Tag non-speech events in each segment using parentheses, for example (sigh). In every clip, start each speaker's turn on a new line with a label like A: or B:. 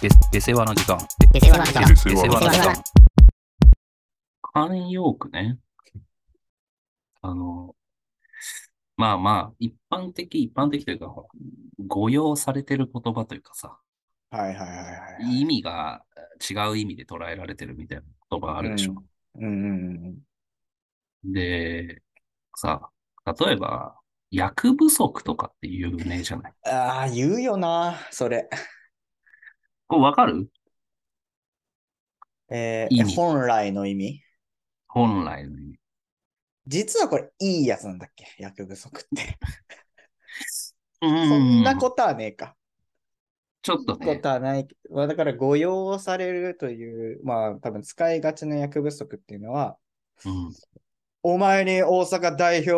A: で、で世話の時間。
B: で世話の時間。
A: で世話の時間。
C: 慣用句ね。あの、まあまあ、一般的、一般的というか、ほら誤用されてる言葉というかさ、
B: はいはいはいはい。
C: 意味が違う意味で捉えられてるみたいな言葉あるでしょ。
B: うんうん
C: で、さ、例えば、薬不足とかって有名じゃない
B: うん。ああ、言うよな、それ。
C: これわかる
B: え
C: 意
B: ー、
C: 味
B: 本来の意味。
C: 本来の意味。
B: 実はこれ、いいやつなんだっけ薬不足って。
C: う
B: そんなことはねえか。
C: ちょっと
B: そんな
C: ね
B: こ、とはない。まあだから、誤用されるという、まあ、多分使いがちな薬不足っていうのは、
C: うん、
B: お前に大阪代表、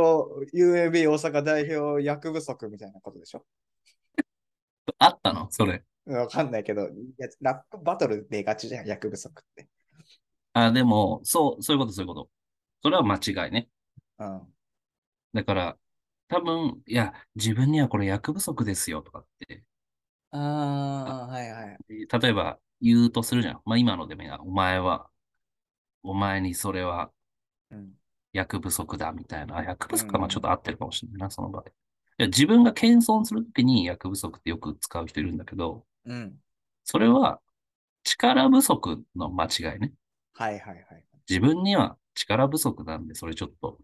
B: UAB 大阪代表薬不足みたいなことでしょ
C: あったのそれ。
B: わかんないけど、いやラップバトルでがちじゃん、薬不足って。
C: あ、でも、そう、そういうこと、そういうこと。それは間違いね。
B: うん。
C: だから、多分、いや、自分にはこれ薬不足ですよとかって、
B: ああ、はいはい。
C: 例えば言うとするじゃん。まあ今のでもいいな。お前は、お前にそれは
B: うん、
C: 薬不足だみたいな。あ薬不足は
B: うん
C: まあちょっと合ってるかもしれないな、その場で。いや、自分が謙遜するときに薬不足ってよく使う人いるんだけど、
B: うん。
C: それは力不足の間違いね。
B: はいはいはい。
C: 自分には力不足なんで、それちょっと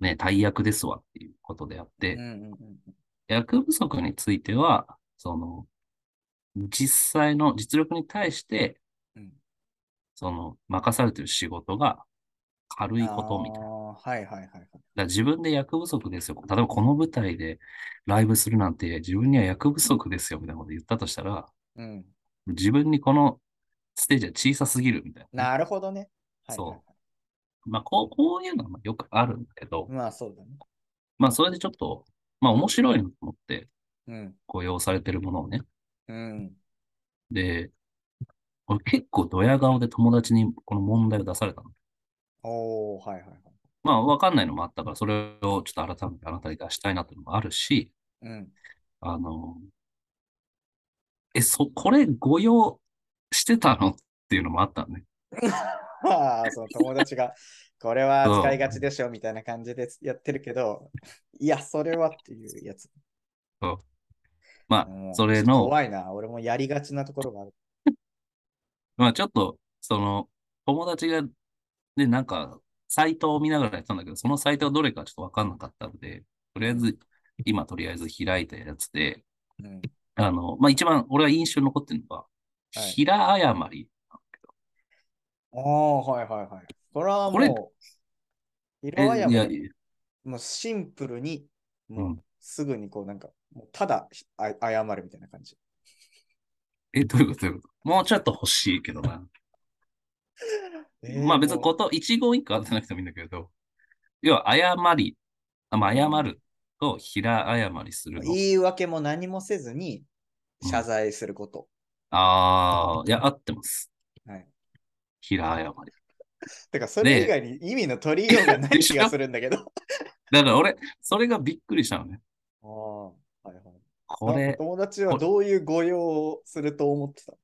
C: ね、大役ですわっていうことであっ
B: う
C: て
B: ん、うんうん
C: 薬不足については、その、実際の実力に対して、
B: うん
C: その、任されてる仕事が軽いことみたいな。だか
B: あーはいはいはいはい。
C: ら自分で役不足ですよ。例えばこの舞台でライブするなんて自分には役不足ですよみたいなこと言ったとしたら、
B: うん、
C: 自分にこのステージは小さすぎるみたいな。
B: なるほどね。はいはいはい
C: そまあこう、こういうのはまあよくあるんだけど、
B: まあそうだね。
C: まあそれでちょっと、まあ面白いなと思って、
B: うん。
C: 雇用されてるものをね、
B: うん。
C: で、俺結構ドヤ顔で友達にこの問題を出されたの。
B: おー、はいはいはい。
C: まあ、わかんないのもあったから、それをちょっと改めてあなたに出したいなっていうのもあるし、
B: うん。
C: あの、え、そ、これ誤用してたのっていうのもあったのね。
B: ああ、その友達が、これは使いがちでしょみたいな感じでやってるけど、いや、それはっていうやつ。
C: そうま
B: うん
C: あ、それの、
B: 怖いな、俺もやりがちなところがある。
C: まあちょっと、その、友達が、で、なんか、サイトを見ながらやってたんだけど、そのサイトはどれかちょっとわかんなかったんで、とりあえず、今とりあえず開いたやつで、
B: うん。
C: あの、まあ、一番俺は印象に残ってるのが、
B: い
C: 平誤り。
B: おー、はいはいはい。これは
C: これ
B: もう、
C: え
B: 色合い
C: いや
B: も
C: いや
B: もうシンプルに、
C: う
B: もうんすぐにこうなんか、もうただひあ謝るみたいな感じ。
C: え、どういうことどういうこともうちょっと欲しいけどな。まあ別に
B: こ
C: こと、一言一句あってなくてもいいんだけど、要は誤り、あまあ、謝ると平誤りするの。
B: 言い訳も何もせずに謝罪すること。
C: ああ、いや、合ってます。
B: はい。
C: 平誤り。
B: てか、それ以外に意味の取りようがない
C: でしょ
B: 気がするんだ
C: (laughs)
B: けど。
C: だから俺、それがびっくりしたのね。
B: ああ、はいはい。
C: こ
B: な
C: れ、
B: 友達はどういう誤用をすると思ってた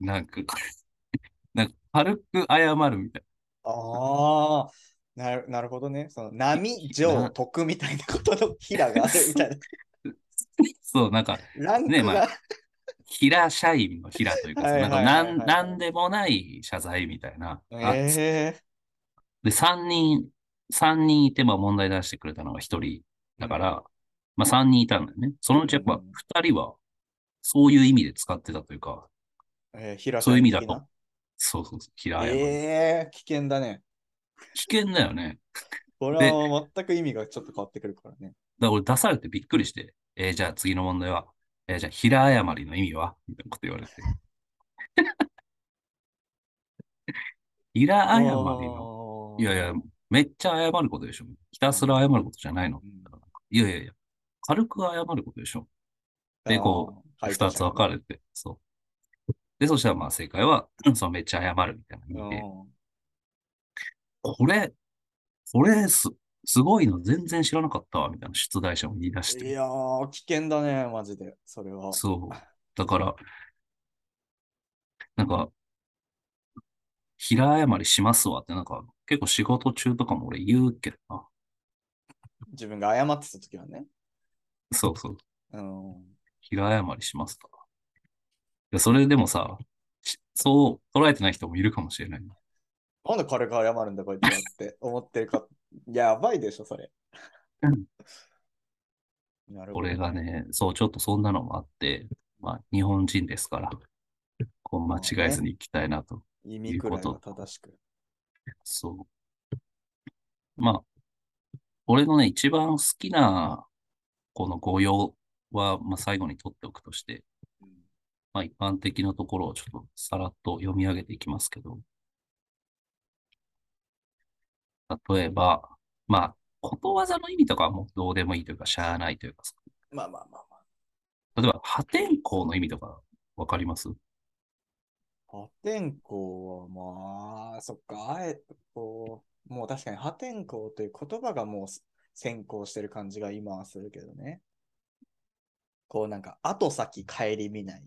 C: なんか、 (laughs) なんか軽く謝るみたい
B: ああ、なるなるほどね。その波、上、徳みたいなことの平があるみたいな。
C: な。 (laughs) そう、なんか、
B: ランク
C: (laughs) ね
B: が、
C: まあ平社員の平というか、
B: は
C: そ
B: い
C: の
B: は
C: ないんかな
B: はいはい
C: んなんでもない謝罪みたいな。あ
B: ええ
C: で、3人、三人いて、まあ問題出してくれたのが1人だから、まあ3人いたんだよね。そのうちやっ
B: う
C: ぱ
B: ん
C: 2人は、そういう意味で使ってたというか、
B: えー、平
C: そういう意味
B: さ
C: だ
B: ん的な
C: と。そうそうそう、平謝り
B: ええ危険だね。
C: 危険だよね。
B: これは全く意味がちょっと変わってくるからね。
C: だから俺出されてびっくりして、えーじゃあ次の問題は、えーじゃあ平誤りの意味はみたいなこと言われて。 (laughs) 平謝りの、
B: の
C: いやいや、めっちゃ謝ることでしょ。ひたすら謝ることじゃないの。いやいやいや、軽く謝ることでしょ。でこ
B: う
C: 二つ分かれて、そう。で、そしたらまあ正解は、 (clears throat) そのめっちゃ謝るみたいなので、これ、これす、すごいの全然知らなかったわ、みたいな出題者も言い出し
B: い
C: て。
B: やー、危険だね、マジで、それは。
C: そう。だから、なんか、平謝りしますわって、なんか、結構仕事中とかも俺言うけどな。
B: 自分が謝ってた時はね。
C: そうそう。
B: うん。
C: 平謝りしますとか。いや、それでもさ、しそう捉えてない人もいるかもしれない。
B: なんで彼が謝るんだこいつはって思ってるか。やばいでしょ、それ
C: うん。
B: (laughs) なるほど、
C: 俺が。ね、そう、ちょっとそんなのもあって、まあ、日本人ですから、こう間違えずに行きたいなと。
B: 意味くらい
C: 言う
B: は
C: こ
B: 正しく。
C: そう。まあ、俺のね、一番好きな、この語用は、まあ、最後に取っておくとして、
B: うん
C: まあ、一般的なところをちょっとさらっと読み上げていきますけど、例えば、まあ、ことわざの意味とかはもうどうでもいいというか、しゃあないというかさ、
B: まあまあまあま
C: 例えば、破天荒の意味とか、わかります
B: あ。破天荒はまあ、そっか、あえこう、もう確かに破天荒という言葉がもう先行してる感じが今はするけどね。こうなんか、後先帰り見ない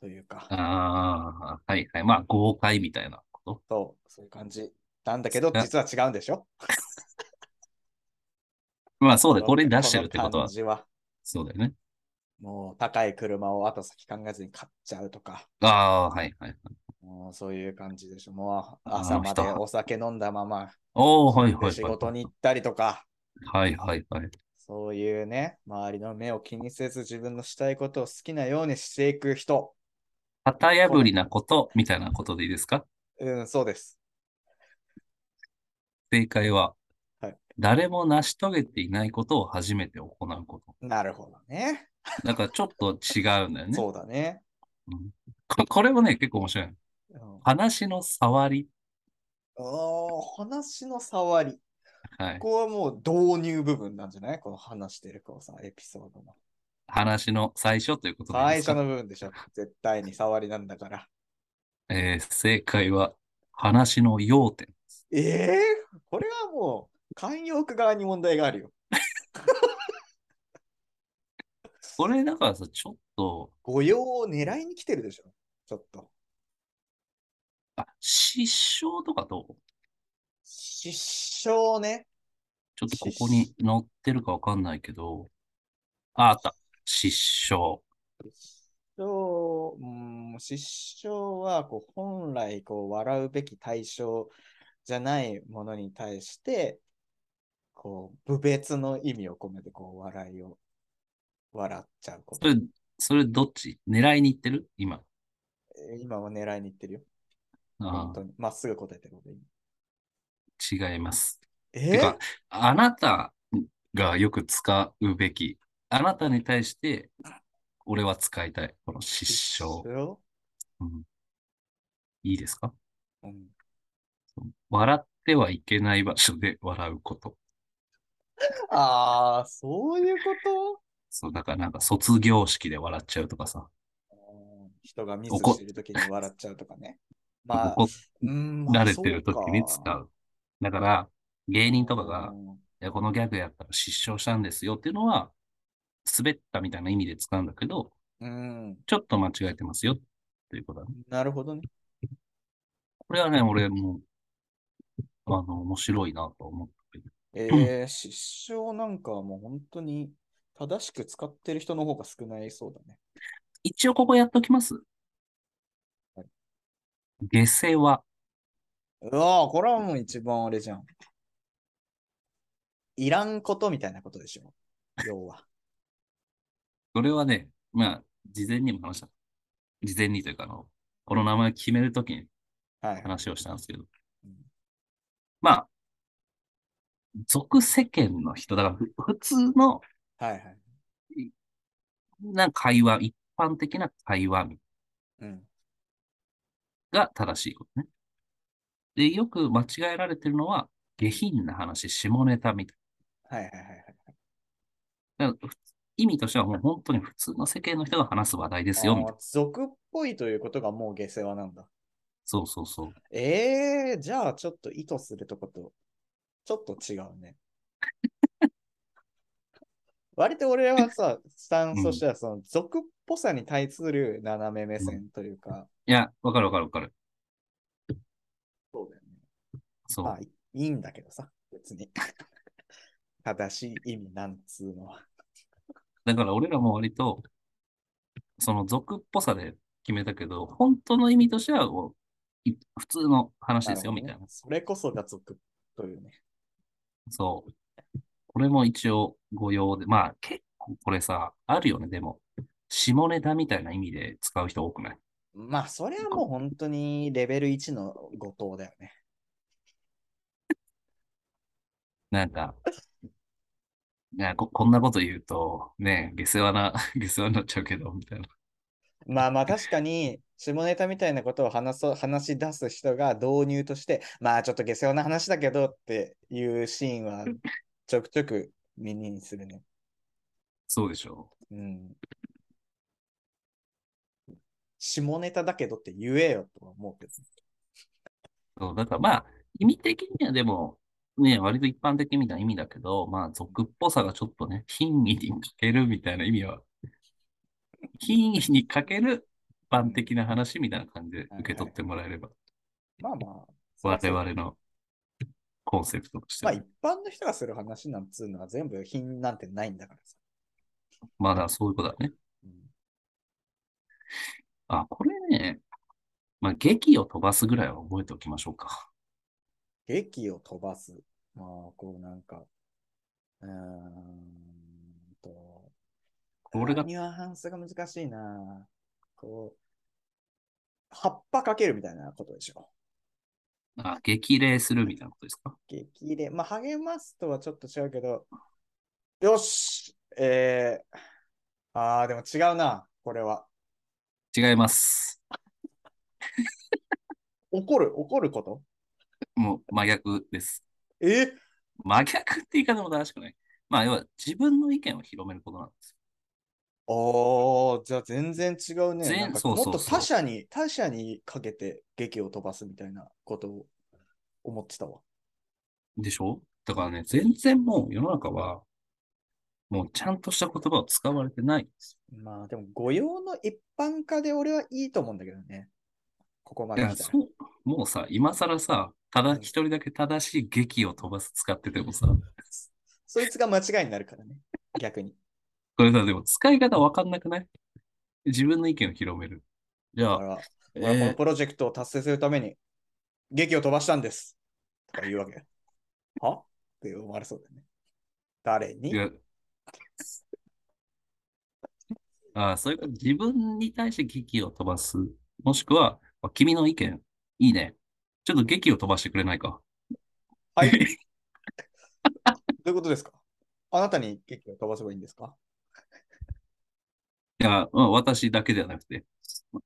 B: というか。
C: ああ、はいはい。まあ、豪快みたいなこと。
B: そう、そういう感じなんだけど、
C: あ
B: 実は違うんでしょ
C: まあ、そうだよ。
B: こ
C: こ
B: の
C: れ出してるってこと
B: この感
C: は、
B: じは、
C: そうだよね。
B: もう高い車を後先考えずに買っちゃうとか、
C: ああー、はいはいはい。
B: もうそういう感じでしょ。もう
C: あの
B: 朝まで
C: 人は
B: お酒飲んだまま、
C: おおはいはいはい。
B: 仕事に行ったりとか、
C: はいはいはい。
B: そういうね、周りの目を気にせず自分のしたいことを好きなようにしていく人。
C: 型破りなことみたいなことでいいですか
B: うん、そうです。
C: 正解は、
B: はい
C: 誰も成し遂げていないことを初めて行うこと。
B: なるほどね。
C: なんかちょっと違うんだよね。
B: そうだね。
C: ここれもね、結構面白い。
B: うん、
C: 話の触り。
B: おー話の触り。
C: はい。
B: ここはもう導入部分なんじゃないこの話してるこうさ、エピソードの。
C: 話の最初ということでいい
B: 最
C: ですか
B: 初の部分でしょ。絶対に触りなんだから。
C: えー正解は、話の要点。
B: ええこれはもう、慣用句側に問題があるよ。
C: これだからさ、ちょっと、
B: 御用を狙いに来てるでしょ。ちょっと。
C: あ、失笑とかどう
B: 失笑ね。
C: ちょっとここに載ってるかわかんないけど、あ、あった。失笑。
B: 失笑、うん、失笑は、こう、本来、こう、笑うべき対象じゃないものに対して、こう、部別の意味を込めて、こう、笑いを、笑っちゃうこ
C: そ
B: と。
C: れ、それどっち狙いに行ってる今。
B: えー今は狙いに行ってるよ。
C: あ
B: 本当に。まっすぐ答えてること
C: ー違います。
B: え
C: てか、あなたがよく使うべき。あなたに対して、俺は使いたい。この失笑。
B: 笑
C: うん、いいですか
B: うん、
C: 笑ってはいけない場所で笑うこと。
B: ああ、そういうこ
C: そう、だからなんか卒業式で笑っちゃうとかさ。
B: とうん人がミスしてるときに笑っちゃうとかね。まあ、
C: 怒
B: うん、まあ
C: られてる時に使う。だから、芸人とかが、
B: うん
C: いや、このギャグやったら失笑したんですよっていうのは、滑ったみたいな意味で使うんだけど、
B: うん、
C: ちょっと間違えてますよっていうことだね。
B: なるほどね。
C: これはね、俺もう、あの、面白いなと思ってる。
B: えー、失笑なんかはもう本当に正しく使ってる人の方が少ないそうだね。
C: 一応ここやっときます
B: はい。
C: 下世話。
B: うわーこれはもう一番あれじゃん。いらんことみたいなことでしょ。要は。
C: これはね、まあ、事前にも話した。事前にというか、あの、この名前を決めるときに
B: はい。
C: 話をしたんですけど
B: うん。
C: まあ、俗世間の人、だからふ普通の
B: はいはい。
C: な会話、一般的な会話
B: うん。
C: が正しいことね。で、よく間違えられてるのは、下品な話、下ネタみたい
B: はいはいはいはい。
C: な。だからふつ意味としてはもう本当に普通の世間の人が話す話題ですよ、みたい
B: あー俗っぽいということがもう下世話なんだ。
C: な。そうそうそう。
B: ええじゃあちょっと意図するとこと、ちょっと違うね。 (laughs) 割と俺はさ、スタンスとしては、その、俗っぽさに対する斜め目線というか、
C: いや、わかるわかるわかる。
B: そうだよね。
C: そう。
B: まあ、いいいんだけどさ、別に。 (laughs) 正しい意味なんつうのは。
C: だから俺らも割と、その俗っぽさで決めたけど、本当の意味としてはこう、い普通の話ですよ、
B: な
C: み
B: るほ
C: た
B: どね
C: いな。
B: それこそが俗というね。
C: そう。これも一応ご用で、まあ結構これさ、あるよね、でも。下ネタみたいな意味で使う人多くない
B: まあ、それはもう本当にレベル1の後藤だよね。
C: なんか、ねこ、こんなこと言うと、ね、下世話な、 (laughs) 下世話になっちゃうけど、みたいな。
B: まあまあ確かに、下ネタみたいなことを話そう話し出す人が導入として、まあちょっと下世話な話だけどっていうシーンはちょくちょく耳にするね。
C: そうでしょ
B: うん。下ネタだけどって言えよとは思うけど。
C: そう、だからまあ、意味的にはでも、ね、割と一般的みたいな意味だけど、まあ、俗っぽさがちょっとね、品位に欠けるみたいな意味は、品位に欠ける一般的な話みたいな感じで受け取ってもらえれば、
B: まあまあ。
C: 我々のコンセプトとして
B: まあ
C: は。
B: 一般の人がする話なんつうのは全部品なんてないんだからさ。
C: まあだからそういうことだね。
B: うん
C: あ、これね、まあ、劇を飛ばすぐらいは覚えておきましょうか。
B: 劇を飛ばす。まあ、こうなんか、うーんと、
C: これが
B: あーニュアンスが難しいな。こう、葉っぱかけるみたいなことでしょ。
C: あ、激励するみたいなことですか
B: 激励。まあ、励ますとはちょっと違うけど、よしえー、あー、でも違うな、これは。
C: 違います。
B: 怒る、怒ること
C: もう真逆です。
B: え
C: 真逆って言い方も正しくない。まあ、要は自分の意見を広めることなんです
B: あー、じゃあ全然違うね。
C: 全
B: なんか
C: そうそうそう
B: もっと他者に、他者にかけて劇を飛ばすみたいなことを思ってたわ。
C: よ。でしょだからね、全然もう世の中は、もうちゃんとした言葉を使われてないんです
B: まあでも、御用の一般化で俺はいいと思うんだけどね。ここま
C: よ。だ
B: で
C: か
B: 来
C: ら
B: たら。
C: そう、もうさ、今更さ、ただ
B: うん
C: 一人だけ正しい劇を飛ばす使っててもさ、
B: そいつが間違いになるからね。逆に。
C: これさ、でも使い方わかんなくない自分の意見を広める。じゃ
B: だか
C: あ、
B: ら、
C: え
B: 俺はこの
C: ー
B: プロジェクトを達成するために、劇を飛ばしたんです。とか言うわけ。はって思われそうだよね。誰に
C: いやああ、そういうこと。自分に対して劇を飛ばす。もしくは、あ君の意見、いいね。ちょっと劇を飛ばしてくれないか。 (laughs)
B: はい。どういうことですかあなたに劇を飛ばせばいいんですか
C: いや、まあ、私だけではなくて、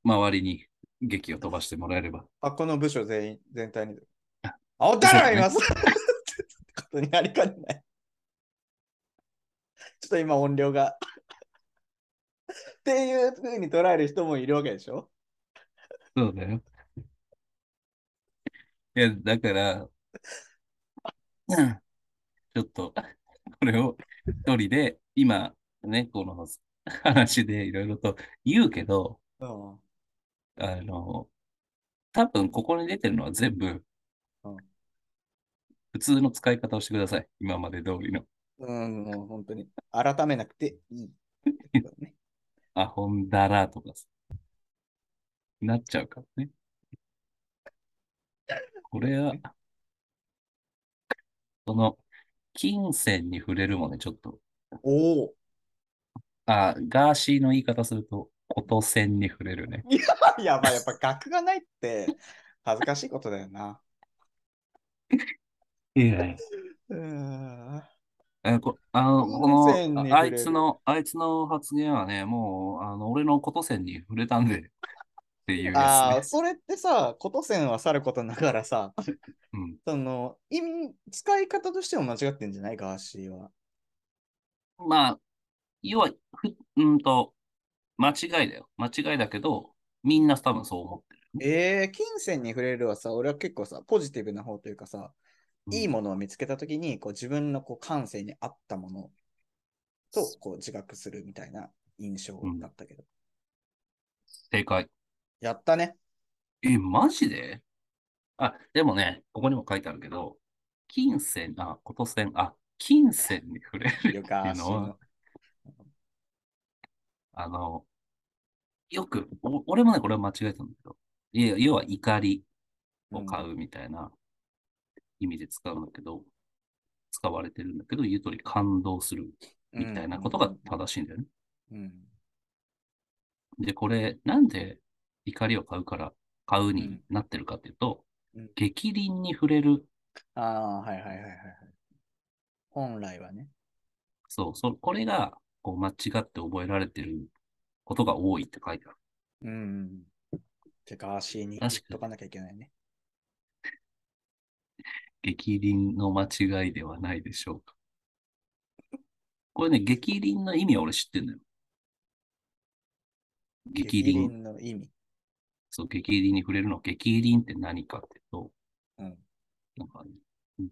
C: 周りに劇を飛ばしてもらえれば。
B: あ、この部署全員、全体に。あ、おたらがいます (laughs) ってことになりかねない。ちょっと今音量が。っていうふうに捉える人もいるわけでしょ
C: そうだよ。いや、だから、うんちょっと、これを一人で、今、ね、この話でいろいろと言うけど、
B: うん。
C: あの、多分ここに出てるのは全部
B: うん、
C: 普通の使い方をしてください。今まで通りの。
B: うん、もう本当に。改めなくていいってこと (laughs) ね。
C: アホンダラとかさなっちゃうからね。これは、その、金銭に触れるもね、ちょっと、
B: おお。
C: あ、ガーシーの言い方すると、ことせんに触れるね。
B: やばい、やっぱ額がないって恥ずかしいことだよな。うーん。
C: えこ、あの、こ
B: 金銭に触れ
C: の、
B: る
C: あいつの、あいつの発言はね、もう、あの、俺のことせんに触れたんで、っていうや
B: あ
C: つ
B: あ、
C: ね。
B: それってさ、ことせんはさることながらさ、
C: うん。
B: その意味使い方としても間違ってんじゃないガーシーは。
C: まあ、要は、ふ、うんと、間違いだよ。間違いだけど、みんな多分そう思ってる。
B: えー、金銭に触れるはさ、俺は結構さ、ポジティブな方というかさ、いいものを見つけたときに、こう自分のこう感性に合ったものとこう自覚するみたいな印象だったけど。
C: 正解。
B: やったね。
C: え、マジであ、でもね、ここにも書いてあるけど、金銭、あ、ことせん、あ、金銭に触れる (laughs)
B: よか
C: っていうのはあの、よく、お俺もね、これは間違えたんだけど、いや要は怒りを買うみたいな意味で使うんだけど、使われてるんだけど、言う通り感動するみたいなことが正しいんだよね。
B: うん。
C: で、これ、なんで怒りを買うから、買うになってるかっていうと、
B: うん
C: 逆鱗に触れる、
B: ああー、はいはいはいはいはい。本来はね。
C: そう、そうこれが、こう、間違って覚えられてることが多いって書いてある。
B: うん。てか、足に言っ
C: 確かに
B: とかなきゃいけないね。
C: 逆鱗の間違いではないでしょうか。これね、逆鱗の意味は俺知ってんのよ。逆
B: 激
C: 鱗。
B: 鱗の意味。
C: そう、逆鱗に触れるの。逆鱗って何かっていうと、
B: うん
C: なんか、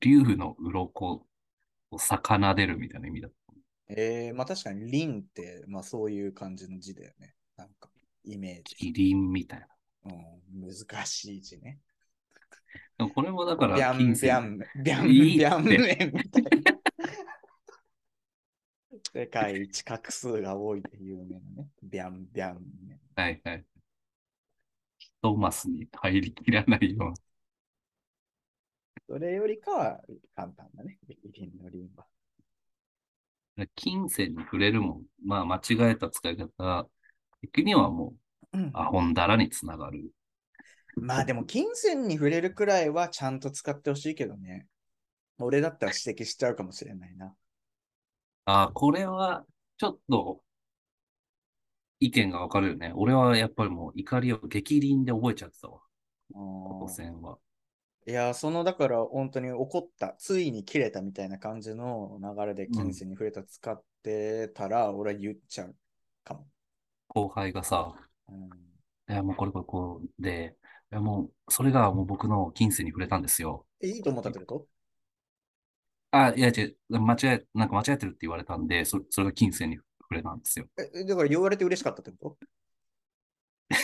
C: 竜の鱗を魚出るみたいな意味だ。
B: ええまあ確かに、凛って、まあそういう感じの字だよね。なんか、イメージ。
C: キリンみたいな。
B: うん、難しい字ね。
C: でもこれもだ
B: ビ
C: から、
B: ャン
C: 金
B: ビャ
C: 銭。
B: ン、ビャン
C: いい
B: ビャン
C: って
B: 麺みたいな。世界一画数が多いって有名なね。ビャンビャン麺。
C: はいはい。一マスに入りきらないような。
B: それよりかは簡単だね。凛の凛は。
C: 金銭に触れるも、まあ間違えた使い方的にはも
B: うん
C: う、アホンダラにつながる。
B: まあでも金銭に触れるくらいはちゃんと使ってほしいけどね。俺だったら指摘しちゃうかもしれないな。
C: ああ、これは、ちょっと、意見が分かるよね。俺はやっぱりもう怒りを激鱗で覚えちゃってたわ、
B: うん
C: 汚染は。
B: いや、そのだから本当に怒った、ついに切れたみたいな感じの流れで金銭に触れた使ってたら、俺は言っちゃうかも。
C: 後輩がさ、
B: うん
C: いや、もうこれこれこうで、いや、もう、それがもう僕の金銭に触れたんですよ。
B: えいいと思ったってこと
C: あ、いや、違う、間違え、なんか間違えてるって言われたんで、そ、それが金銭に触れたんですよ。
B: え、えだから言われて嬉しかったってこと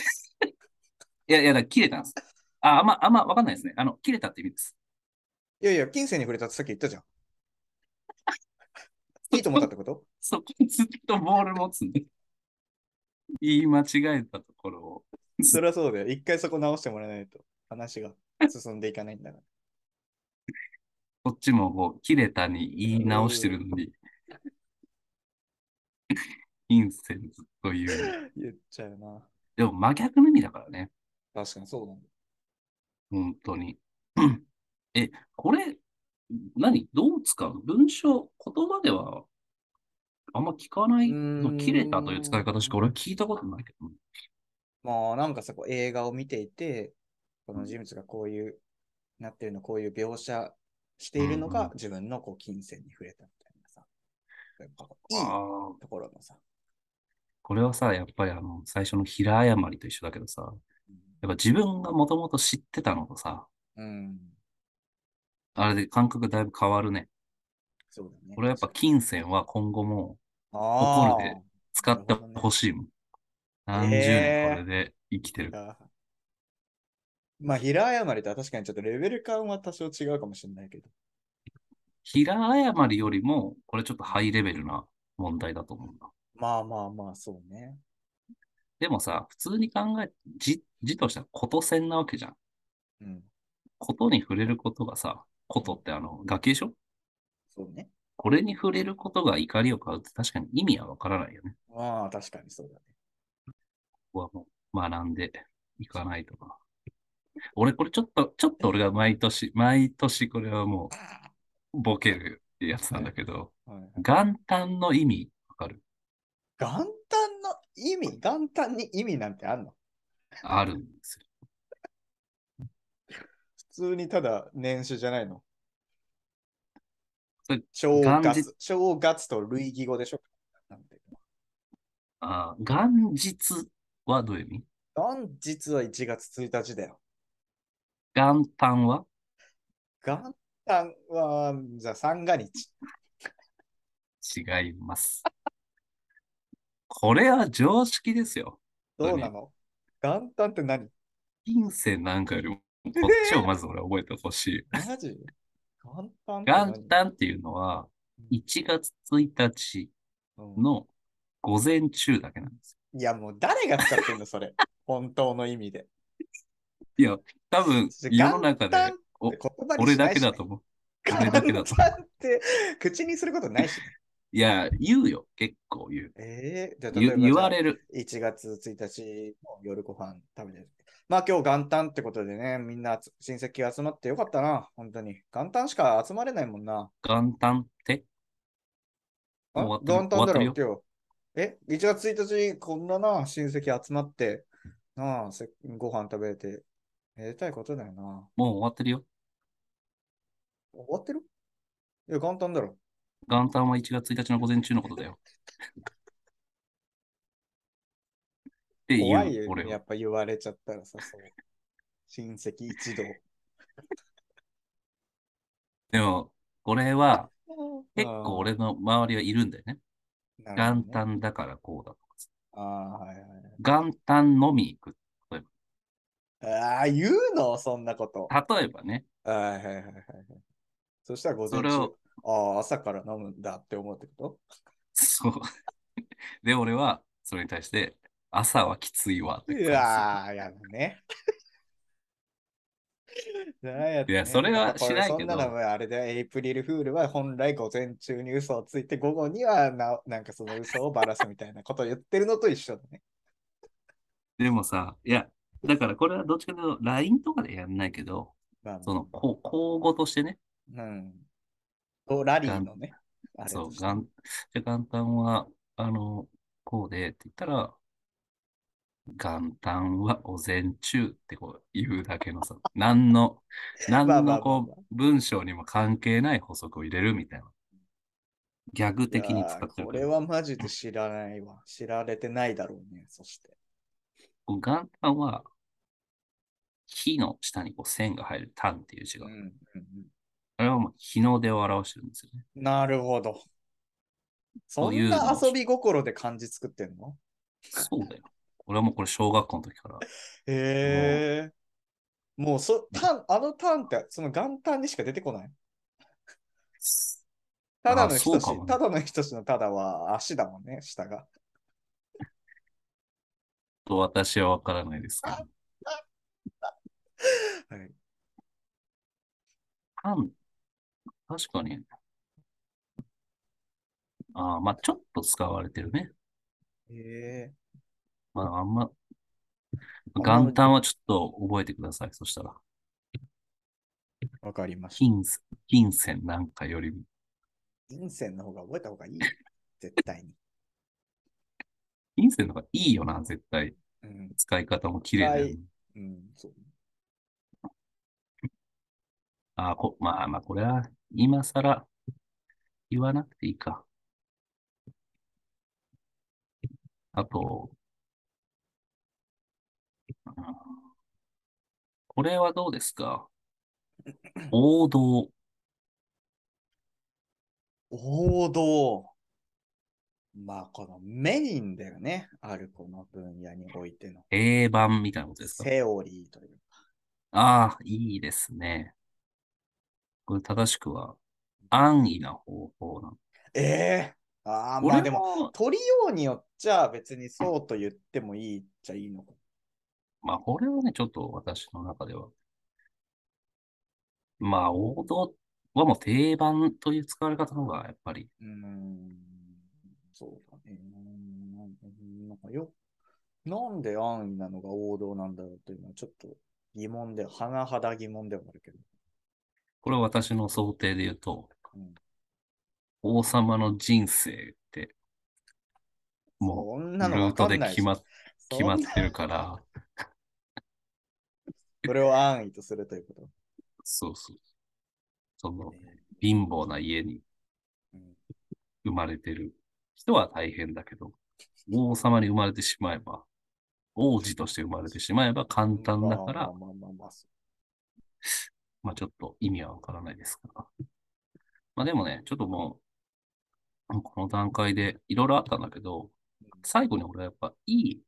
C: いや、いや、だから切れたんです。あ、あんま、あんま分かんないですね。あの、切れたって意味です。 (laughs)
B: いやいや、金銭に触れたってさっき言った (laughs) じゃん。いいと思ったってこと
C: そこにずっとボール持つんで。言い間違えたところを。
B: そりゃそうだよ。一回そこ直してもらわないと話が進んでいかないんだから。
C: こっちもこう、切れたに言い直してるのに、 (laughs) 金銭ずっと言う。
B: 言っちゃうな。
C: でも真逆の意味だからね、
B: 確かにそうなんだ。
C: 本当に。 (clears throat) え、これ、何どう使う文章、言葉ではあんま聞かないう
B: ーん
C: 切れたという使い方しか俺は聞いたことないけど。
B: まあなんかさ、こう映画を見ていて、この人物がこういう、なってるの、こういう描写しているの
C: うんう
B: が
C: ん
B: 自分のこう金銭に触れたみたいなさ。やっぱこういい
C: ああ、
B: ところのさ。
C: これはさ、やっぱりあの、最初の平誤りと一緒だけどさ、やっぱ自分がもともと知ってたのとさ、
B: うん。
C: あれで感覚だいぶ変わるね。
B: そうだね。
C: 俺はやっぱ金銭は今後も
B: あ
C: 怒るで使ってほしいもん。
B: な
C: 何
B: るほどね
C: 十
B: え
C: 年
B: ー
C: これで生きてる。
B: あ。 (laughs) まあ、平誤りとは確かにちょっとレベル感は多少違うかもしれないけど。
C: 平誤りよりも、これちょっとハイレベルな問題だと思うんだ。
B: まあまあまあ、そうね。
C: でもさ、普通に考え、じ、字としてはことせんなわけじゃん。
B: うん。
C: ことに触れることがさ、ことってあの、崖でしょ
B: そうね。
C: これに触れることが怒りを買うって確かに意味はわからないよね。
B: まあ、確かにそうだね。
C: ここはもう学んでいかないとか。俺、これちょっと、ちょっと俺が毎年、毎年これはもう、ボケるやつなんだけど、
B: はいはい、
C: 元旦の意味、わかる
B: 元旦の意味、元旦に意味なんてあんの
C: あるんですよ。
B: 普通にただ年始じゃないの
C: それ
B: 正
C: 元
B: 月
C: 日、
B: 正月と類義語でしょなんて
C: あー元日はどういう意味
B: 元日は1月1日だよ。
C: 元旦は
B: 元旦は、じゃあ三が日。
C: 違います。これは常識ですよ。
B: どうなの元旦って何
C: 金銭なんかよりも、こっちをまず俺は覚えてほし
B: (laughs)
C: い。
B: マジ元旦って何
C: 元旦っていうのは、1月1日
B: うん
C: の午前中だけなんです
B: いや、もう誰が使ってんの、そ
C: (laughs)
B: れ。本当の意味で。
C: よ。いや、多分、世の中
B: 元旦
C: で
B: って言葉に
C: 俺
B: しな
C: だ
B: い
C: け
B: しね
C: だと思う。俺だけだと
B: 元旦って口にすることないしね。
C: いや、言うよ。結構言う。
B: ええじゃあ例
C: 言
B: えばじゃあ
C: 言われる。
B: 1月1日の夜ご飯食べてる。まあ今日元旦ってことでね、みんなつ親戚集まってよかったな、本当に。元旦しか集まれないもんな。
C: 元旦って
B: あ
C: 終わっ
B: 元
C: てる
B: 旦だろ、
C: 終わ
B: 今
C: っ
B: 日。え、1月1日こんなな、親戚集まって、なあ、せご飯食べて、めでたいことだよな。
C: もう終わってるよ。
B: 終わってるいや、元旦だろ。
C: 元旦は1月1日の午前中のこと
B: (laughs)
C: だよ。って言、
B: 怖いうよ
C: 俺
B: ね、や
C: は。
B: っぱ言われちゃったらさ、そう親戚一同。
C: でも、これは結
B: あー
C: 構俺の周りはいるんだよね。
B: なる
C: 元
B: ほどね
C: 旦だからこうだとかさ。
B: ああ、はいはい。
C: 元旦のみ行く。
B: ああ、言うのそんなこと。
C: 例えばね、
B: はいはいはいはいはい。そしたら午前
C: それ
B: 中
C: を、
B: ああ、朝から飲むんだって思うってこ
C: そう。 (laughs) で、俺はそれに対して、朝はきついわっ
B: と
C: て
B: い
C: 返す
B: やー、やだね。 (laughs) や
C: いやそれはしないけど
B: そんなのはあれだよ、エイプリルフールは本来午前中に嘘をついて、午後にはななんかその嘘をばらすみたいなことを言ってるのと一緒だね。
C: でもさ、いや、だからこれはどっちかというと LINE とかでやんないけど、
B: まあまあ
C: その、こう口語としてね、
B: うん。とラリーのね。あれ
C: そう、
B: として
C: 元じゃあ元旦は、あの、こうでって言ったら、元旦は午前中ってこう言うだけの
B: (laughs)
C: さ、何の、何
B: まあまあまあまあ
C: のこう文章にも関係ない補足を入れるみたいな。ギャグ的に使って
B: いやー
C: る
B: こ
C: から
B: れはマジで知らないわ。知られてないだろうね。そして。
C: こう元旦は、火の下にこう線が入る単っていう字
B: う
C: が
B: ん、うんうん
C: あれはもう日の出を表してるんですよね。
B: なるほど。
C: そ
B: そ
C: うい
B: ん
C: うの
B: な遊び心で漢字作ってんの
C: そうだよ。俺はもうこれ小学校の時から。
B: へえ。もうそ、タン、あのタンって、その元旦にしか出て
C: (laughs)
B: こない。ただの
C: そ
B: 人
C: う
B: し、
C: かもね
B: ただの人しのただは足だもんね、下が。
C: と私はわからないですけど。
B: はい、
C: パン、確かに。ああ、まあちょっと使われてるね。
B: へえ。
C: まああんま、
B: あんま
C: 元旦はちょっと覚えてください。そしたら、
B: わかりました。
C: 金、金銭なんかよりも。
B: 金銭の方が覚えた方がいい。絶対に。
C: 金銭の方がいいよな、絶対。
B: うん。
C: 使い方も綺麗だよね
B: 使うん、そう。
C: ああ、こ、まあまあ、これは、今更、言わなくていいか。あと、うんこれはどうですか王道。
B: 王道。まあ、このメインだよね。あるこの分野においての
C: 定番みたいなことですか
B: セオリーという。
C: ああ、いいですね。これ正しくは、安易な方法なの。
B: ええああ、まあ
C: 俺
B: でも、
C: も、
B: 取りようによっちゃ別にそうと言ってもいいっちゃいいのか。
C: まあ、これはね、ちょっと私の中では。まあ、王道はもう定番という使われ方の方が、やっぱり、
B: うーん、そうだね。うんなんかよ、なんで安易なのが王道なんだろうというのはちょっと疑問で、甚だ疑問ではあるけど。
C: これは私の想定で言うと、
B: うん
C: 王様の人生って、も
B: そん
C: う、
B: なの
C: ル
B: わ
C: ート
B: か
C: で
B: んない
C: 決まっ、
B: そ
C: 決まっ
B: んな
C: てるから、
B: それを安易とするということ。
C: そうそう。その、貧乏な家に
B: うん
C: 生まれてる人は大変だけど、王様に生まれてしまえば、王子として生まれてしまえば簡単だから
B: まあ、まあまあまあ、そ
C: まあちょっと意味はわからないですが。まあでもね、ちょっともう、この段階でいろいろあったんだけど、最後に俺はやっぱいい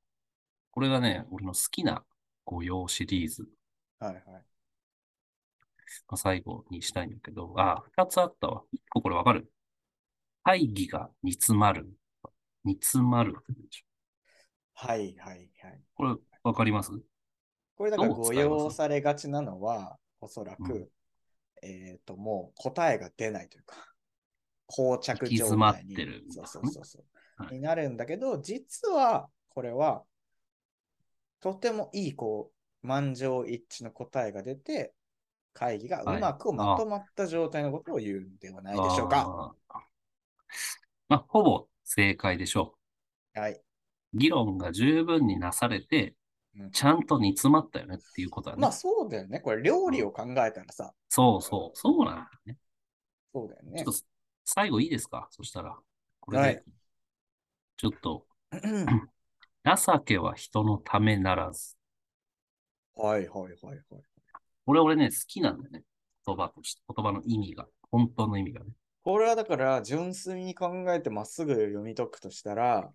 C: これがね、俺の好きな御用シリーズ、
B: はいはい。
C: まあ最後にしたいんだけど、あ、二つあったわ。一個これわかる会議が煮詰まる。煮詰まる。
B: はいはいはい。
C: これわかります
B: これだから
C: どう
B: 誤
C: 使います
B: 用されがちなのは、おそらく、
C: うん
B: えっ、と、もう答えが出ないというか、膠着
C: 行き
B: 状
C: 詰まっ
B: 態に。
C: てる
B: そうそうそうそう、
C: はい
B: になるんだけど、実は、これは、とてもいい、こう、満場一致の答えが出て、会議がうまくまとまった状態のことを言うんではないでしょうか。
C: あーまあ、ほぼ正解でしょ
B: はい。
C: う。議論が十分になされて、
B: うん
C: ちゃんと煮詰まったよねっていうことだね。
B: まあそうだよね。これ料理を考えたらさ、
C: そうそう、そうなんだね。
B: そうだよ
C: ちょ
B: ね
C: っと。最後いいですかそしたら。これ
B: は
C: で
B: い、
C: ちょっと、情けは人のためならず。
B: はいはいはいはい。
C: これ俺ね、好きなんだよね。言葉として、言葉の意味が、本当の意味がね。
B: これはだから純粋に考えてまっすぐ読み解くとしたら、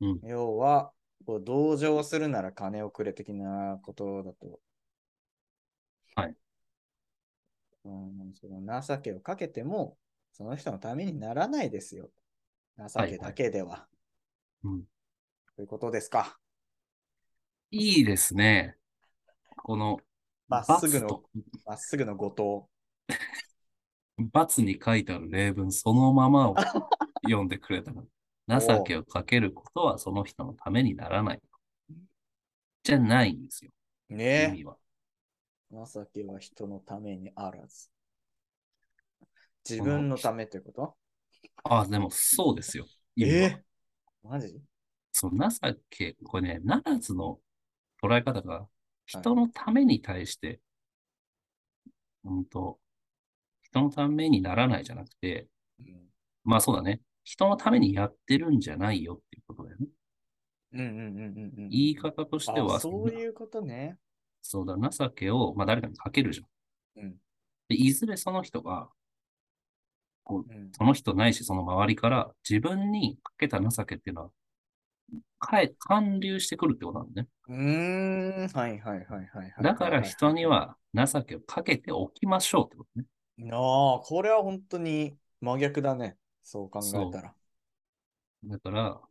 C: うん
B: 要はこう同情するなら金をくれ的なことだと、
C: はい
B: うん、その情けをかけてもその人のためにならないですよ。情けだけでは。
C: うん
B: ということですか。
C: いいですね。この、
B: まっすぐ
C: 罰
B: の
C: と、
B: まっすぐの後
C: 罰に書いてある例文そのままを (laughs) 読んでくれたら、情けをかけることはその人のためにならない。じゃないんですよ、
B: 藤。
C: 意
B: ね
C: 味は。
B: え。情けは人のためにあらず。自
C: この
B: 分のためということ
C: あ、でもそうですよ。意味は
B: えーマジ
C: その情け、これね、ならずの捉え方が、
B: い
C: 人のために対して、うんと、人のためにならないじゃなくて、
B: うん
C: まあそうだね、人のためにやってるんじゃないよっていうことだよね。
B: うんうんうんうんうん。
C: 言い方としては、
B: あそういうことね。
C: そうだ、情けを、まあ、誰かにかけるじゃん。
B: うん
C: で、いずれその人が、
B: うん、
C: その人ないし、その周りから、自分にかけた情けっていうのは、かえ、還流してくるってことなんだね。
B: うーん、はいはいはいはいはい。
C: だから人に
B: は
C: は情けをかけておきましょうってことね。
B: い。なあ、これは本当に真逆だね。そう考えたら。
C: だから、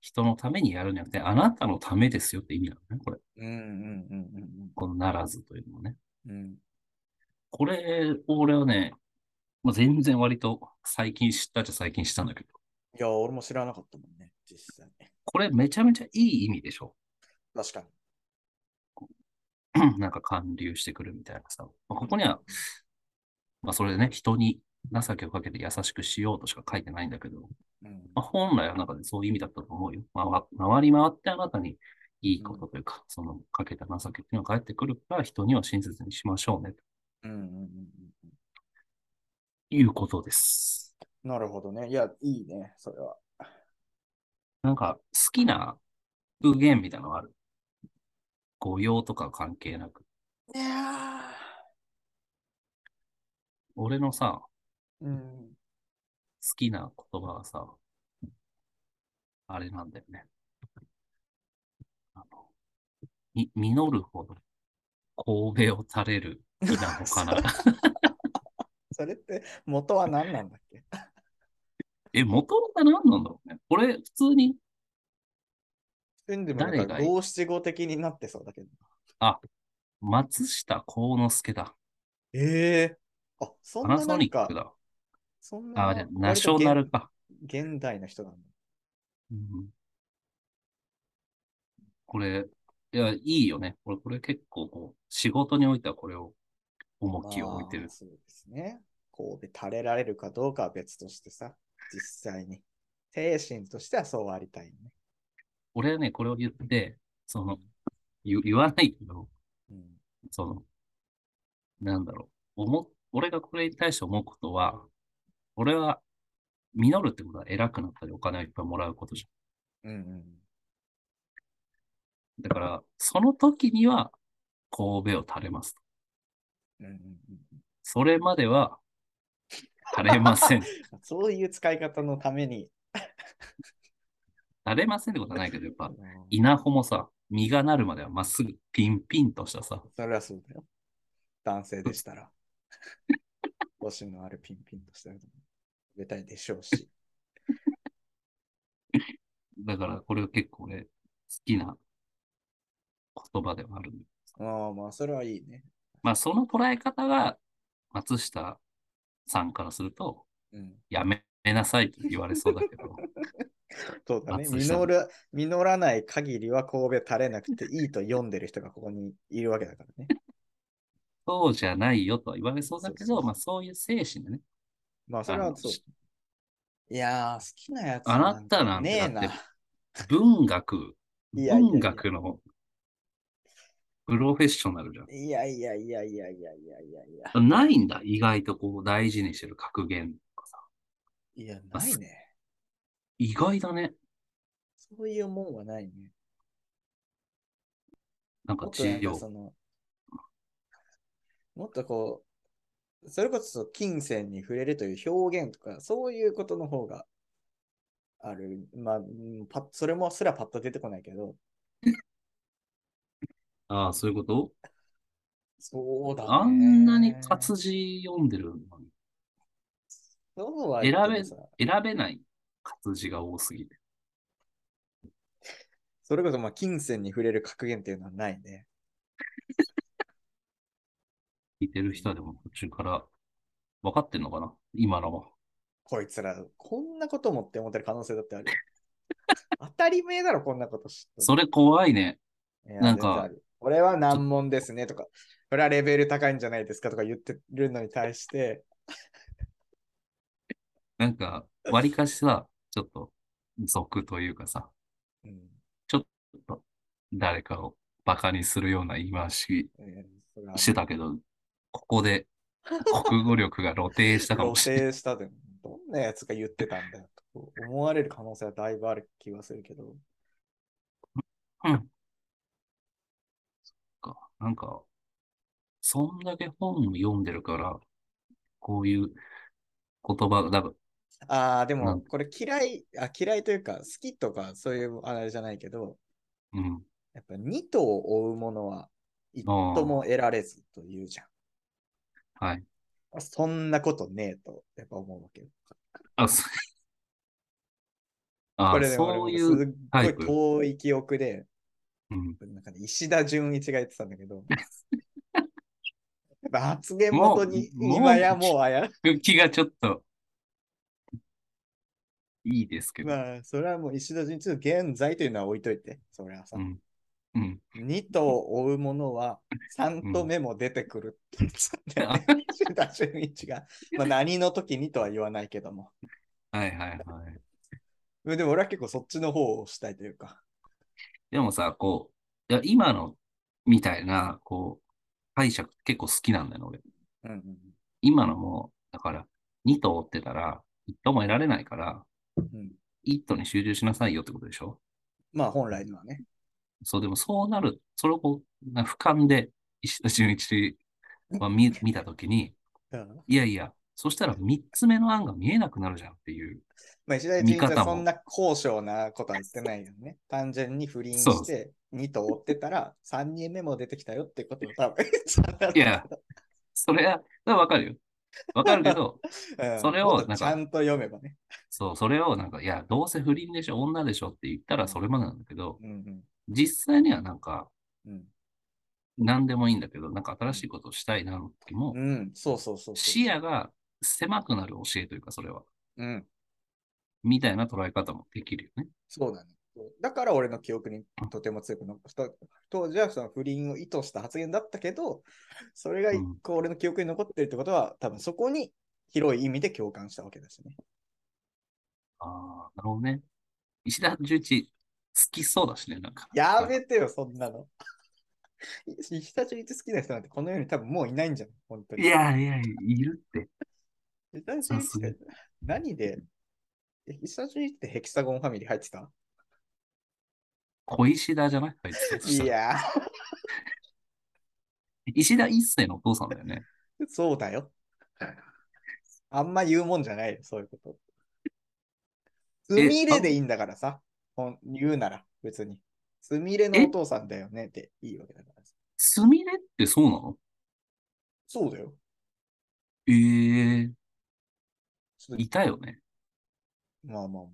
C: 人のためにやるんじゃなくて、あなたのためですよって意味なのね、これ。
B: うんうんうん
C: このならずというのはね。
B: うんうん。うん
C: これ、俺はね、まあ、全然割と最近知ったっちゃ最近知ったんだけど、
B: いや、俺も知らなかったもんね、実際。
C: これめちゃめちゃいい意味でしょ。 (clears throat)
B: 確かに。
C: なんか還流してくるみたいなさ。まあ、ここには、まあそれでね、人に情けをかけて優しくしようとしか書いてないんだけど、
B: うん、
C: まあ、本来はなんかね、そういう意味だったと思うよ。まあわ、回り回ってあなたにいいことというか、そのかけた情けっていうのが返ってくるから、人には親切にしましょうね、と
B: うんうんうんうん。
C: いうことです。
B: なるほどね。いや、いいね、それは。
C: なんか、好きな復元みたいなのある。語用とか関係なく。
B: いや
C: 俺のさ、
B: ーうん。
C: 好きな言葉はさ、あれなんだよね。あの、み、実るほど、神戸を垂れ
B: (laughs)
C: る稲穂かな。
B: それって元は何なんだっけ
C: え、元が何なんだろうね。これ、普通に、
B: でもな
C: 誰
B: んか
C: がいい
B: 五七五的になってそうだけど。
C: 松下幸之助だ。
B: ええあ、そ
C: パ
B: んな
C: ナ
B: な
C: ソ
B: ん
C: ニ
B: か
C: ック、だ。
B: そんな
C: あ、じゃあナショナルか。
B: 現。現代の人なんだ。
C: うんこれ、いや、いいよね。これ、これ結構こう、仕事においてはこれを、重きを置いて
B: ま
C: る
B: あ。そうですね。神戸垂れられるかどうかは別としてさ、実際に。精神としてはそうありたいね。
C: 俺はね、これを言って、その、言言わないけど、
B: うん。
C: その、なんだろう、思っ、俺がこれに対して思うことは、俺は、実るってことは偉くなったりお金をいっぱいもらうことじ
B: うんうん。
C: ゃん。だから、その時には、神戸を垂れます。
B: うんうんうん
C: それまでは、垂れません。
B: そういう使い方のために
C: なれませんってことはないけど、やっぱ、稲穂もさ、実がなるまではまっすぐピンピンとしたさ、
B: それはそうだよ。男性でしたら。 (laughs) 腰のあるピンピンとしたら、食べたいでしょうし。
C: だからこれは結構俺、好きな言葉ではあるんだよ
B: ああ、まあ、それはいいね。
C: まあ、その捉え方が、松下さんからすると、
B: うん。
C: やめなさいと言われそうだけ
B: (laughs)
C: ど、
B: そうだね。
C: 松下
B: 実る、実らない限りは神戸垂れなくていいと読んでる人がここにいるわけだから
C: (laughs)
B: ね。
C: そうじゃないよとは言われそうだけ
B: そうそう
C: ど、
B: そう
C: まあ、そういう精神でね、
B: まあ、それ
C: あ
B: は
C: の
B: そう
C: し。
B: いやー、好きなやつ
C: あなたなん
B: ねえ
C: てだ
B: な
C: って。文学、
B: いやいやいや
C: 文学のプロフェッショナルじゃん。
B: いやいやいやいやいやいやいやいや。
C: ないんだ、意外とこう大事にしてる格言とかさ。
B: いや、ないね。
C: 意外だね。
B: そういうもんはないね。
C: なん
B: も
C: か
B: っと
C: 治
B: なんか
C: 療。
B: その、もっとこう、それこそ金銭に触れるという表現とか、そういうことの方がある。まあ、うんパッそれもすらパッと出てこないけど、
C: ああ、そういうこと
B: そうだね。
C: あんなに活字読んでるのに、
B: そうは言ってもさ
C: 選べない活字が多すぎて。
B: それこそまあ金銭に触れる格言っていうのはないね。
C: 聞いてる人はでも途中から分かってんのかな今のも。
B: こいつら、こんなこともって思ってる可能性だって
C: (laughs)
B: ある。当たり前だろ、こんなこと知っても
C: それ怖いね。
B: いや
C: なんか
B: 全然あるこれは難問ですねとか、これはレベル高いんじゃないですかとか言ってるのに対して、
C: なんか、割かしさ、ちょっと俗というかさ、
B: うん
C: 誰かをバカにするような言い回し
B: えーそれは
C: してたけど、ここで国語力が露呈したかもしれない。
B: 露呈したで、どんなやつが言ってたんだよと思われる可能性はだいぶある気がするけど、
C: か。なんか、そんだけ本を読んでるから、こういう言葉が、だから
B: ああ、で
C: な
B: も
C: ん
B: これ嫌いあ、嫌いというか好きとかそういうあれじゃないけど、
C: うん。
B: やっぱ二頭を追うものは一頭も得られずというじゃん。
C: はい。
B: そんなことねえと、やっぱ思うわけよ。
C: あ、そあ
B: これね、
C: そうい
B: 俺も
C: う、
B: すっ
C: タイプ
B: ごい遠い記憶で、
C: うん、
B: なんかね、石田純一が言ってたんだけど、 (laughs) やっぱ発言元に
C: もう
B: 今やもうあや、
C: 空気がちょっと、いいですけど、
B: まあ、それはもう石田純一の現在というのは置いといて、それはさ
C: う、ん。うん。
B: 二頭追うものは三頭目も出てくるって言ってたんだ (laughs) よね石田純一が。まあ、何の時にとは言わないけども。
C: はいはいはい。
B: でも俺は結構そっちの方をしたいというか。
C: でもさ、こう、いや今のみたいな、こう、解釈結構好きなんだよね、俺。
B: うんうん
C: 今のも、だから、2頭追ってたら、1頭も得られないから、
B: うん、うん
C: 1頭に集中しなさいよってことでしょ
B: まあ本来のはね。
C: そう、でもそうなる、それをこう、な俯瞰で石田純一は見見たときに、
B: うん
C: いやいや、そしたら3つ目の案が見えなくなるじゃんっていう。
B: まあ、石田純
C: 見
B: 一は
C: 方
B: そ
C: も
B: んな高尚なことは言ってないよね。単純に不倫
C: そ
B: し
C: う
B: て、2と追ってたら、3人目も出てきたよってことを多分言ってたんだろう
C: い
B: けど
C: や、それは、それはわかるよ。わかるけ
B: (laughs)
C: ど、
B: うん
C: それを
B: もっと
C: なんか
B: ちゃんと読めばね。
C: そう、それをなんか、いや、どうせ不倫でしょ、女でしょって言ったらそれまでなんだけど、
B: うん
C: 実際にはなんか、
B: うん
C: 何でもいいんだけど、なんか新しいことをしたいなの時も
B: う、ん、うん、そうそうそうそう。
C: 視野が狭くなる教えというか、それは。
B: うん、
C: みたいな捉え方もできるよね。
B: そうだね。だから俺の記憶にとても強く残った。当時はその不倫を意図した発言だったけど、それが一個俺の記憶に残ってるってことは、多分そこに広い意味で共感したわけだしね。
C: ああ、なるほどね。石田純一、好きそうだしね、なんか。
B: やめてよ、そんなの。石田純一好きな人なんてこの世に多分もういないんじゃん、本当に。
C: い、やいや、いるって。
B: 石田純一っ
C: さすが
B: て何でえ石田純一ってヘキサゴンファミリー入ってた
C: 小石田じゃないあいつそし
B: い
C: たら
B: や
C: 石田一世のお父さんだよね。
B: ー、 (laughs) そうだよ。あんま言うもんじゃないよ、そういうこと。
C: え
B: 海入れでいいんだからさ。ほん言うなら、別に。すみれのお父さんだよねっていいわけだから。
C: すみれってそうなの
B: そうだよ。
C: ええ
B: ちょっと
C: いたよね。
B: まあまあまあ。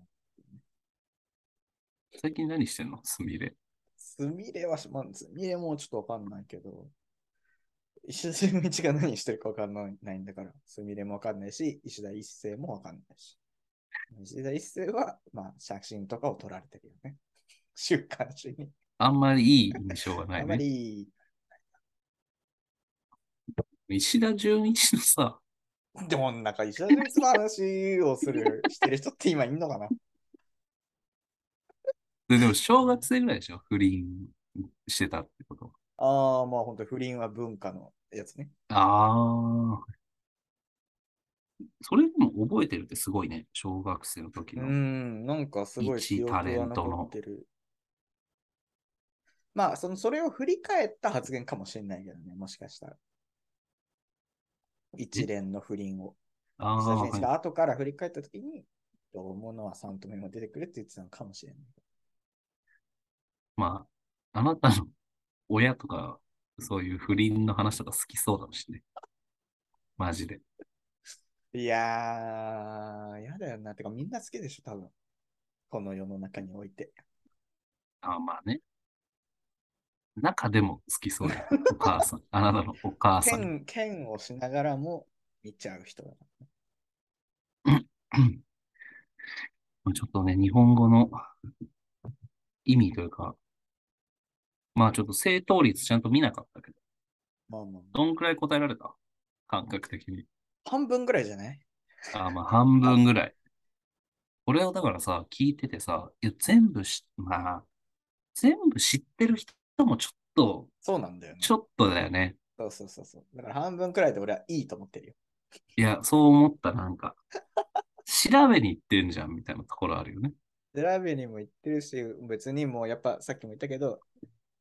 C: 最近何してんのすみれ。
B: すみれはし、まあ、すみれもちょっとわかんないけど、石田純一が何してるかわかんないないんだから、すみれもわかんないし、石田一世もわかんないし。石田一世は、まあ、写真とかを撮られてるよね。 (laughs) 週刊誌に。
C: あんまりいい印象がな
B: あ
C: い
B: ま
C: ね。
B: り、
C: 石田純一のさ、
B: でもなんか石田純一の話をする、してる人って今いんのかな
C: ででも小学生ぐらいでしょ不倫してたってこと。
B: (laughs) ああ、まあ本当不倫は文化のやつね。
C: ああ。それでも覚えてるってすごいね。小学生の時
B: う
C: の。
B: ん、なんかすごい
C: 一
B: 記憶
C: タレ
B: が
C: ントの
B: 残ってる。まあ、その、それを振り返った発言かもしれないけどね、もしかしたら。一連の不倫を。
C: あ
B: 石田
C: あ、
B: 純一
C: はい
B: が後から振り返ったときに、どう思うのは3と目も出てくるって言ってたのかもしれない。
C: まあ、あなたの親とか、そういう不倫の話とか好きそうだもんしね。マジで。
B: いやー、やだよな。てか、みんな好きでしょ、多分。この世の中において。
C: あ、まあね。中でも好きそうだよ。お母さん。あなたのお母さん。
B: 剣、剣をしながらも見ちゃう人だから。
C: まあちょっとね、日本語の意味というか、まあちょっと正答率ちゃんと見なかったけど、
B: まあまあ、
C: どんくらい答えられた感覚的に。
B: 半分ぐらいじゃない
C: あーまあ半分ぐらい。これをだからさ、聞いててさ、いや全部し、まあ、全部知ってる人もちょっと、
B: そうなんだよね。
C: ちょっとだよね。
B: そうそうそうそう。だから半分くらいで俺はいいと思ってるよ。
C: いや、そう思った、なんか。 (laughs) 調べに行ってんじゃん、みたいなところあるよね。
B: 選べにも言ってるし、別にもうやっぱさっきも言ったけど、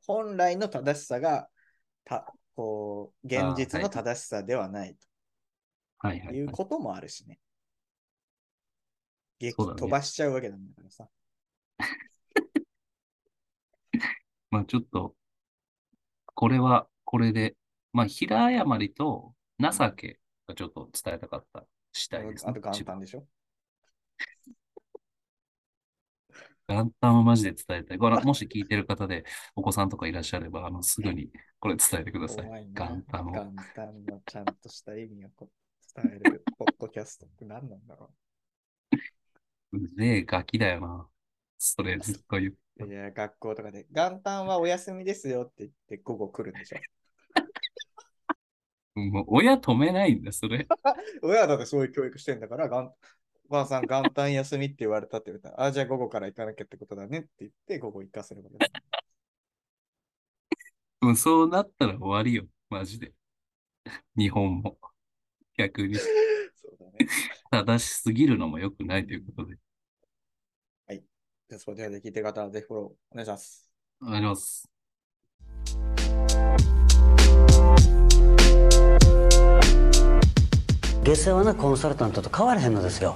B: 本来の正しさが、たこう、現実の正しさではない
C: はい
B: と
C: はいいうはい。
B: こともあるしね。激
C: そうだね
B: 飛ばしちゃうわけなんだからさ。
C: まあちょっと、これは、これで、まあ、平誤りと情けがちょっと伝えたかった次第ですね。
B: あと元
C: 一番
B: 旦でしょ
C: 元旦はマジで伝えたい。これ、もし聞いてる方で、 (laughs) お子さんとかいらっしゃれば、あの、すぐにこれ伝えてください。
B: 怖いな。
C: 元旦を。
B: 元旦のちゃんとした意味をこう伝えるポッドキャストって何なんだろ
C: うぜえガキだよな。それずっと言
B: う。
C: って。
B: いや、学校とかで元旦はお休みですよって言って午後来るんでしょ (laughs)
C: もう、親止めないんだ、それ。
B: 親はだってそういう教育してんだから、がんお母さん元旦休みって言われたって言ったら、あ、じゃあ午後から行かなきゃってことだねって言って、午後行かせることです。
C: もうそうなったら終わりよ、マジで。日本も。逆に
B: そうだね。
C: 正しすぎるのも良くないということで。
B: じゃあ、スポティファイで聞いてる方はぜひフォローお願いします。
C: お願いします。
A: 下世話なコンサルタントと変わらへんのですよ